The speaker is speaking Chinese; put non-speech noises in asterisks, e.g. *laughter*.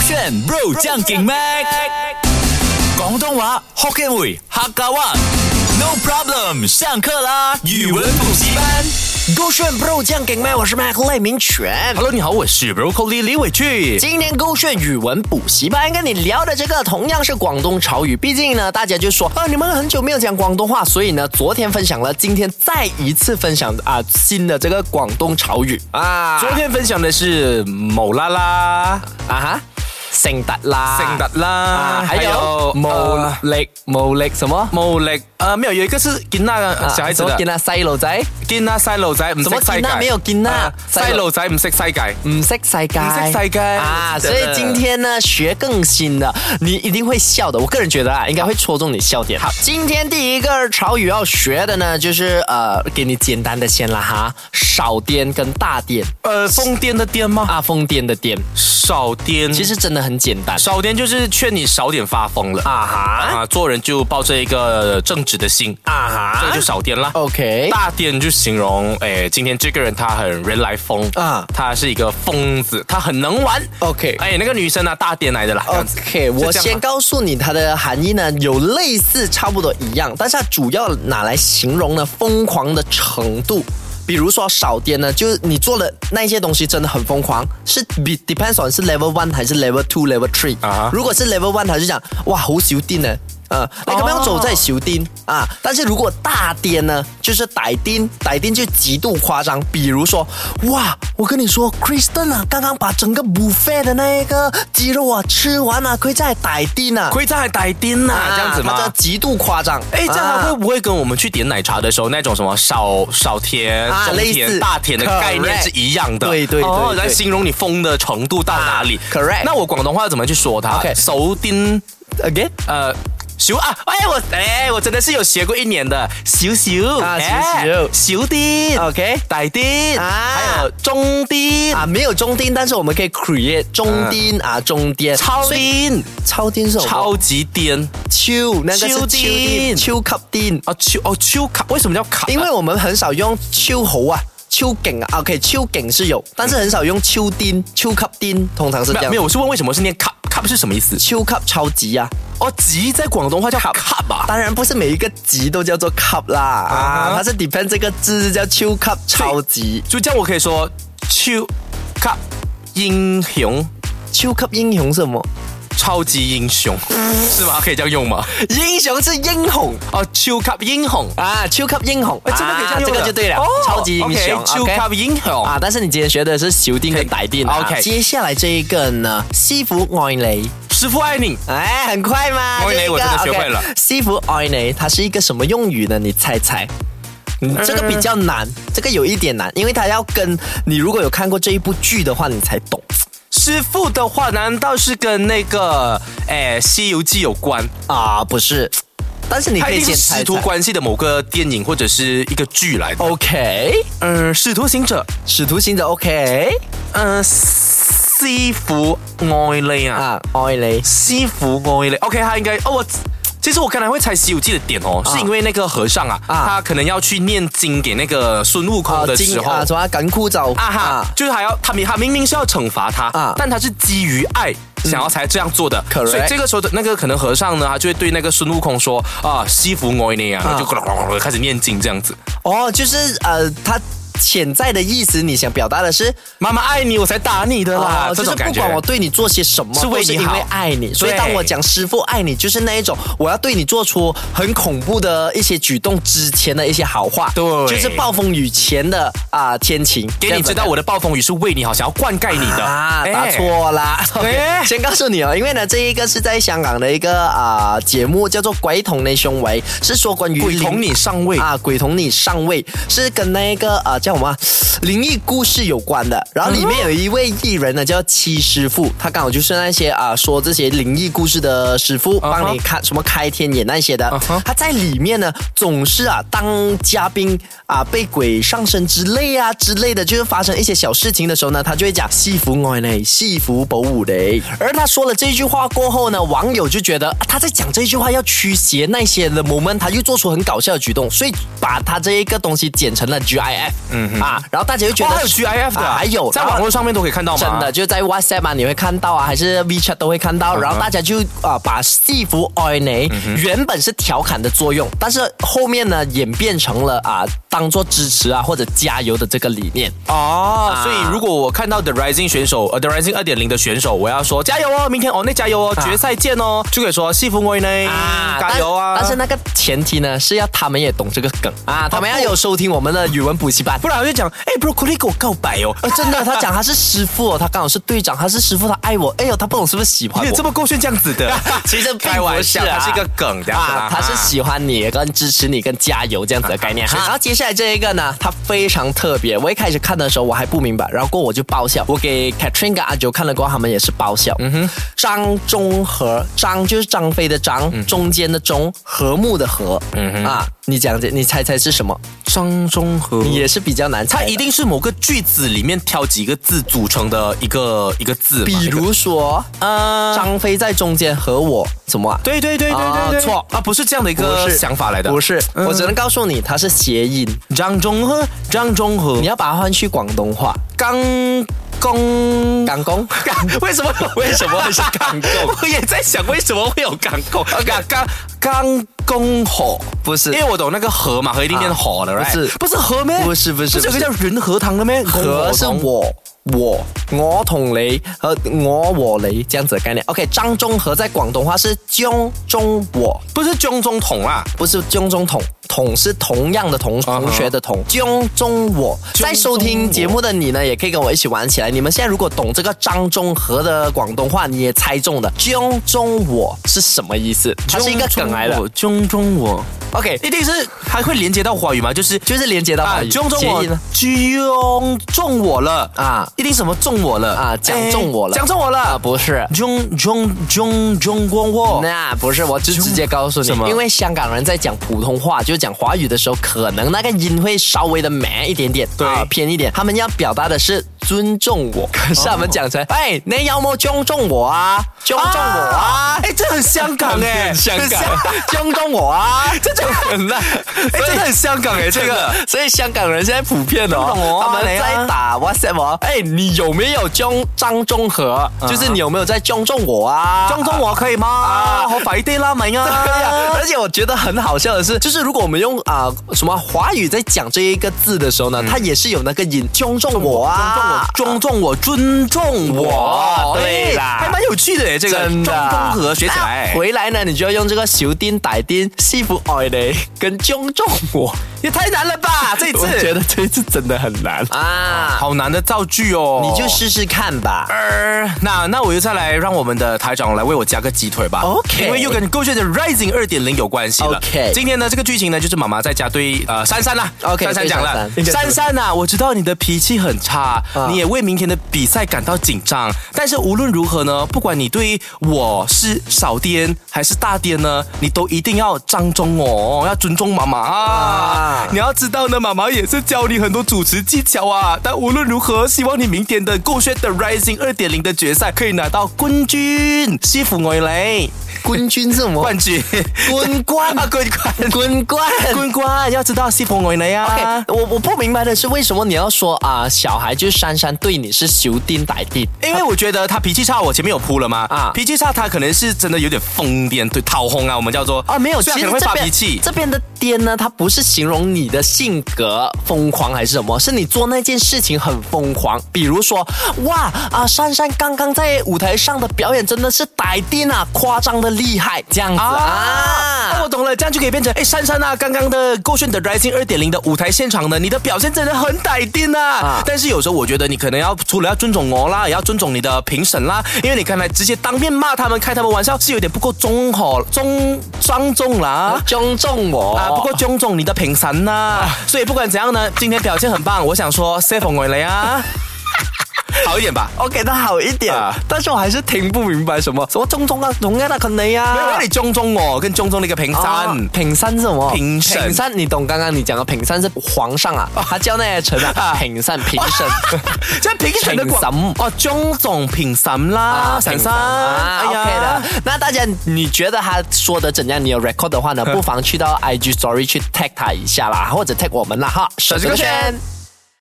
选 Bro 将劲 Mac，广东话 Hokkien 语客家话。No problem，上课啦！语文补习班。勾炫 Bro 酱给麦，我是麦克赖明全。 Hello，你好，我是 Broccoli 李伟俊。今天勾炫语文补习班跟你聊的这个同样是广东潮语，毕竟呢，大家就说啊，你们很久没有讲广东话，所以呢，昨天分享了，今天再一次分享啊新的这个广东潮语啊，昨天分享的是某啦啦、啊哈，圣达啦，圣达啦啊，，还哦有呃某无力无力什么？某力呃没有，有一个是吉娜的小孩子的见啊细路仔，吉娜細路仔唔識什麼世見啦界，咩叫見啦啊細路仔唔識世界。唔识世界，唔識世界啊！真所的以今天呢，学更新的，你一定会笑的。我个人觉得啊，应该会戳中你笑点。好，今天第一个潮语要学的呢，就是呃，给你简单的先啦哈，少颠跟大颠呃，疯癫的癫吗？啊，疯癫的癫，少癫，其实真的很简单。少癫就是劝你少点发疯了啊哈啊，做人就抱着一个正直的心，啊哦所以哈就少癫啦。 ，OK，大癫就形容，哎，今天这个人他很人来疯啊他是一个疯子，他很能玩。 OK 哎，那个女生呢，大癫来的啦。这样子 OK，是我这样先吗告诉你它的含义呢，有类似差不多一样，但是它主要拿来形容呢疯狂的程度。比如说少颠呢，就是你做了那一些东西真的很疯狂，是比 depends on 是 level one 还是 level two level three 啊哈如果是 level one，他就讲哇好小癫呢，呃，你咁样哦做真系小癫、啊。但是如果大癫呢，就是歹癫，歹癫就极度夸张。比如说，哇，我跟你说，Kristen 啊，刚刚把整个 buffet 的那个鸡肉啊吃完啊，佢真系歹癫啊，亏在还歹癫呐，这样子啊他吗叫？极度夸张。哎，这样啊他会不会跟我们去点奶茶的时候那种什么少少甜、啊中类甜、似大甜的概念是一样的？ Correct 对对对哦对来形容你疯的程度到哪里啊，correct 那我广东话要怎么去说它 OK 手丁 again 呃。小啊！哎呀，我哎，我真的是有学过一年的小小啊哎小哦丁 OK 大丁，啊还有中丁啊，没有中癫，但是我们可以 create 中癫啊，中癫超所以丁，超癫是什么超级癫秋那个是超癫秋癫秋级癫。啊！秋哦秋卡，为什么叫卡？因为我们很少用秋猴啊、秋梗啊，OK，秋梗是有，但是很少用秋丁、秋级丁，通常是没这有样没。有，我是问为什么是念卡卡是什么意思？秋级超级啊，哦，级在广东话叫 cup 吧？当然不是每一个级都叫做 cup 啦，啊啊，哈它是 depend 这个字叫秋级超级，就这样，我可以说秋 cup 英雄，秋级英雄是什么？超级英雄，是吗？可以这样用吗？英雄是英雄哦，秋 cup 英雄，啊，秋级英雄，哎，真的可哦以这样啊用这的个就对了，哦超级英雄 OK，秋 OK cup 英雄啊，但是你今天学的是小丁跟可以歹丁啊 OK 接下来这一个呢，西服爱你。师傅爱你，哎，很快吗？爱你这一个我真的学会了 OK，西服爱你，它是一个什么用语呢？你猜猜。嗯这个比较难，这个有一点难，因为它要跟你如果有看过这一部剧的话，你才懂。师傅的话难道是跟那个哎《西游记》有关？啊，不是，但是你它可一以定先是猜哦师徒猜。关系的某个电影或者是一个剧来的。 OK，嗯，使徒行者，使徒行者 OK 嗯，师傅爱你啊。啊，爱你西服爱嘞，OK，他应该哦，我其实我刚才会猜《西游记》的点哦，是因为那个和尚啊，啊他可能要去念经给那个孙悟空啊，的时金候。啊，什么赶枯走啊哈，就是还要他明他明明是要惩罚他，啊但他是基于爱想要才这样做的， Correct 所以这个时候的那个可能和尚呢，他就会对那个孙悟空说啊，西服爱你啊，然后就咕噜咕噜咕噜开始念经这样子，哦，就是呃，它潜在的意思，你想表达的是妈妈爱你我才打你的啦，哦，啊这就是种不感觉管。我对你做些什么，是为都是你因好为爱你。所以对当我讲师傅爱你，就是那一种我要对你做出很恐怖的一些举动之前的一些好话，对就是暴风雨前的啊、天晴，给你知道我的暴风雨是为你好，想要灌溉你的啊，哎答错啦。 *laughs* 哎 OK，先告诉你哦，因为呢，这一个是在香港的一个啊、节目，叫做《鬼同你胸围》，是说关于鬼同灵你上位啊，鬼同你上位是跟那一个啊叫什么啊灵异故事有关的。然后里面有一位艺人呢叫七师傅，他刚好就是那些啊说这些灵异故事的师傅，哼帮你看什么开天眼那些的。哼他在里面呢总是啊当嘉宾啊被鬼上身之类啊之类的，就是发生一些小事情的时候呢，他就会讲戏服爱你，戏服保护你。而他说了这句话过后呢，网友就觉得、啊他在讲这句话要驱邪那些的 moment，他又做出很搞笑的举动，所以把他这一个东西剪成了 GIF，、嗯啊，然后大家就觉哦，得还有 GIF 的啊、啊还有在然后网络上面都可以看到吗？真的就在 WhatsApp 啊，你会看到啊，还是 WeChat 都会看到。然后大家就啊、把戏服 o n a 原本是调侃的作用，但是后面呢演变成了啊、当做支持啊或者加油的这个理念。哦，啊所以如果我看到 The Rising 选手，呃，The Rising 二点零的选手，我要说加油哦，明天哦，那加油哦，啊决赛见哦，就可以说幸福我呢，加但油啊！但是那个前提呢，是要他们也懂这个梗啊，他们要有收听我们的语文补习班。不然我就讲，哎，Broccoli 给我告白哦， *laughs* 呃， *laughs* 真的，他讲他是师傅、哦，他刚好是队长，他是师傅，他爱我。哎呦，他不懂是不是喜欢你我？这么够炫这样子的， *laughs* 其实并不是啊开玩笑，它是一个梗这样子啦啊，他是喜欢你跟支持你跟加油这样子的概念哈。然后接下来这一个呢，它非常特别。我一开始看的时候我还不明白，然后过后我就爆笑。我给 Catherine 跟阿九看了过后，他们也是爆笑。嗯哼，张中和张就是张飞的张，中间的中，和睦的和。嗯哼嗯啊，你讲解，你猜猜是什么？张中和。你也是比较难猜它的。一定是某个句子里面挑几个字组成的一个一个字嘛， *laughs* 比如啊说，呃，张飞在中间和我怎么啊？对对对对对对，啊错啊，不是这样的一个不是想法来的，不是，我只能告诉你，它是谐音。张中和，张中和你，要把它换去广东话，刚 *laughs* 公港工。为什么为什么是港共？ *laughs* 我也在想为什么会有港共。港港港共火，不是啊因为我懂那个河嘛，河一定念火的，不 right？是不是河咩？不是不是不是有个不是叫仁和堂的咩？和是同我我我同你和我我你这样子的概念。OK，张中和在广东话是中中我，不是中中统啊啦。不是中中同。同是同样的同啊哈同学的同，中中我。在收听节目的你呢，也可以跟我一起玩起来。你们现在如果懂这个张中和的广东话，你也猜中了，中中我是什么意思？它是一个梗来的。中中我 OK，一定是还会连接到华语嘛，就是啊就是连接到华语中中我哎谐音呢中中我了啊一定什么中我了啊讲中我了哎讲中我啊，了，不是，中中中中光我那不是，我就直接告诉你什么，因为香港人在讲普通话，就是讲华语的时候，可能那个音会稍微的慢一点点，对啊偏一点。他们要表达的是尊重我，可是他们讲成， *laughs* 哎，你有冇尊重我啊？尊重我啊！啊！哎，这很香港哎，香港很，尊重我啊！这就很烂，哎，真的很香港哎，这个。所以香港人现在普遍哦尊重我，啊他们你啊在打 WhatsApp 哦，哎，你有没有尊张中啊和？就是你有没有在尊重我啊？中中我可以吗？啊，好快啲啦，明对呀、啊！而且我觉得很好笑的是，就是如果我们用啊、什么华语在讲这一个字的时候呢，它也是有那个音，尊重嗯我啊，中中我，尊重我，我对啦哎还蛮有趣的哎，这个真中的中和学起来那，回来呢，你就要用这个小丁歹丁西服爱你跟尊重我，也太难了吧？ *laughs* 这一我觉次得这一次真的很难啊，好难的造句哦，你就。试试看吧。 *laughs* 呃，那那我就再来让我们的台长来为我加个鸡腿吧 OK 因为又跟《g o 的 Rising 二点零有关系了。 OK 今天呢这个剧情呢就是妈妈在家对呃珊珊啦 OK，珊珊讲了，对珊珊珊珊呐、我知道你的脾气很差，啊你也为明天的比赛感到紧张，但是无论如何呢，不管你对我是小颠还是大颠呢，你都一定要张忠哦，要尊重妈妈啊啊你要知道呢，妈妈也是教你很多主持技巧啊。但无论如何，希望你明天的《够炫的 Rising 二点零》的决赛可以拿到冠军，西服我嘞，冠军是什么？冠军，滚冠啊，冠冠 *laughs* 滚冠。冠冠，要知道西服我啊嘞呀、 OK，我我不明白的是，为什么你要说啊、小孩就是珊珊对你是小丁歹丁？因为我觉得他脾气差，我前面有铺了吗？啊啊，脾气差，他可能是真的有点疯癫，对，讨红啊，我们叫做啊，没有，虽其然实可能会这发边脾气，这边的癫呢，它不是形容你的性格疯狂还是什么，是你做那件事情很疯狂。比如说，哇啊，珊珊刚刚在舞台上的表演真的是歹癫啊，夸张的厉害，这样子啊。那啊我懂了，这样就可以变成哎，珊珊啊，刚刚的《g o 炫的 Rising 二点零》的舞台现场呢，你的表现真的很歹定啊。啊但是有时候我觉得你可能要除了要尊重我啦，也要尊重你的评审啦，因为你刚才直接当面骂他们，开他们玩笑是有点不够中和中庄重啦。尊重我啊，不过尊重你的评审呐，啊所以不管怎样呢，今天表现很棒，我想说 s a f e 我了 *laughs* 呀，好一点吧。我给他好一点啊但是我还是听不明白什么什么中中啊，同样的可能没有，啊那你中中我跟中中那个评审，平山是什么？平山平山，你懂刚刚你讲的平山是皇上啊，他叫那些臣啊，平山平身。 *laughs* 这评审的评审哦，中总评审啦，珊珊，啊啊哎呀，OK 的。那大家你觉得他说的怎样？你有 *laughs* record 的话呢，不妨去到 IG Story 去 tag 他一下啦，或者 tag 我们啦哈。手手机勾选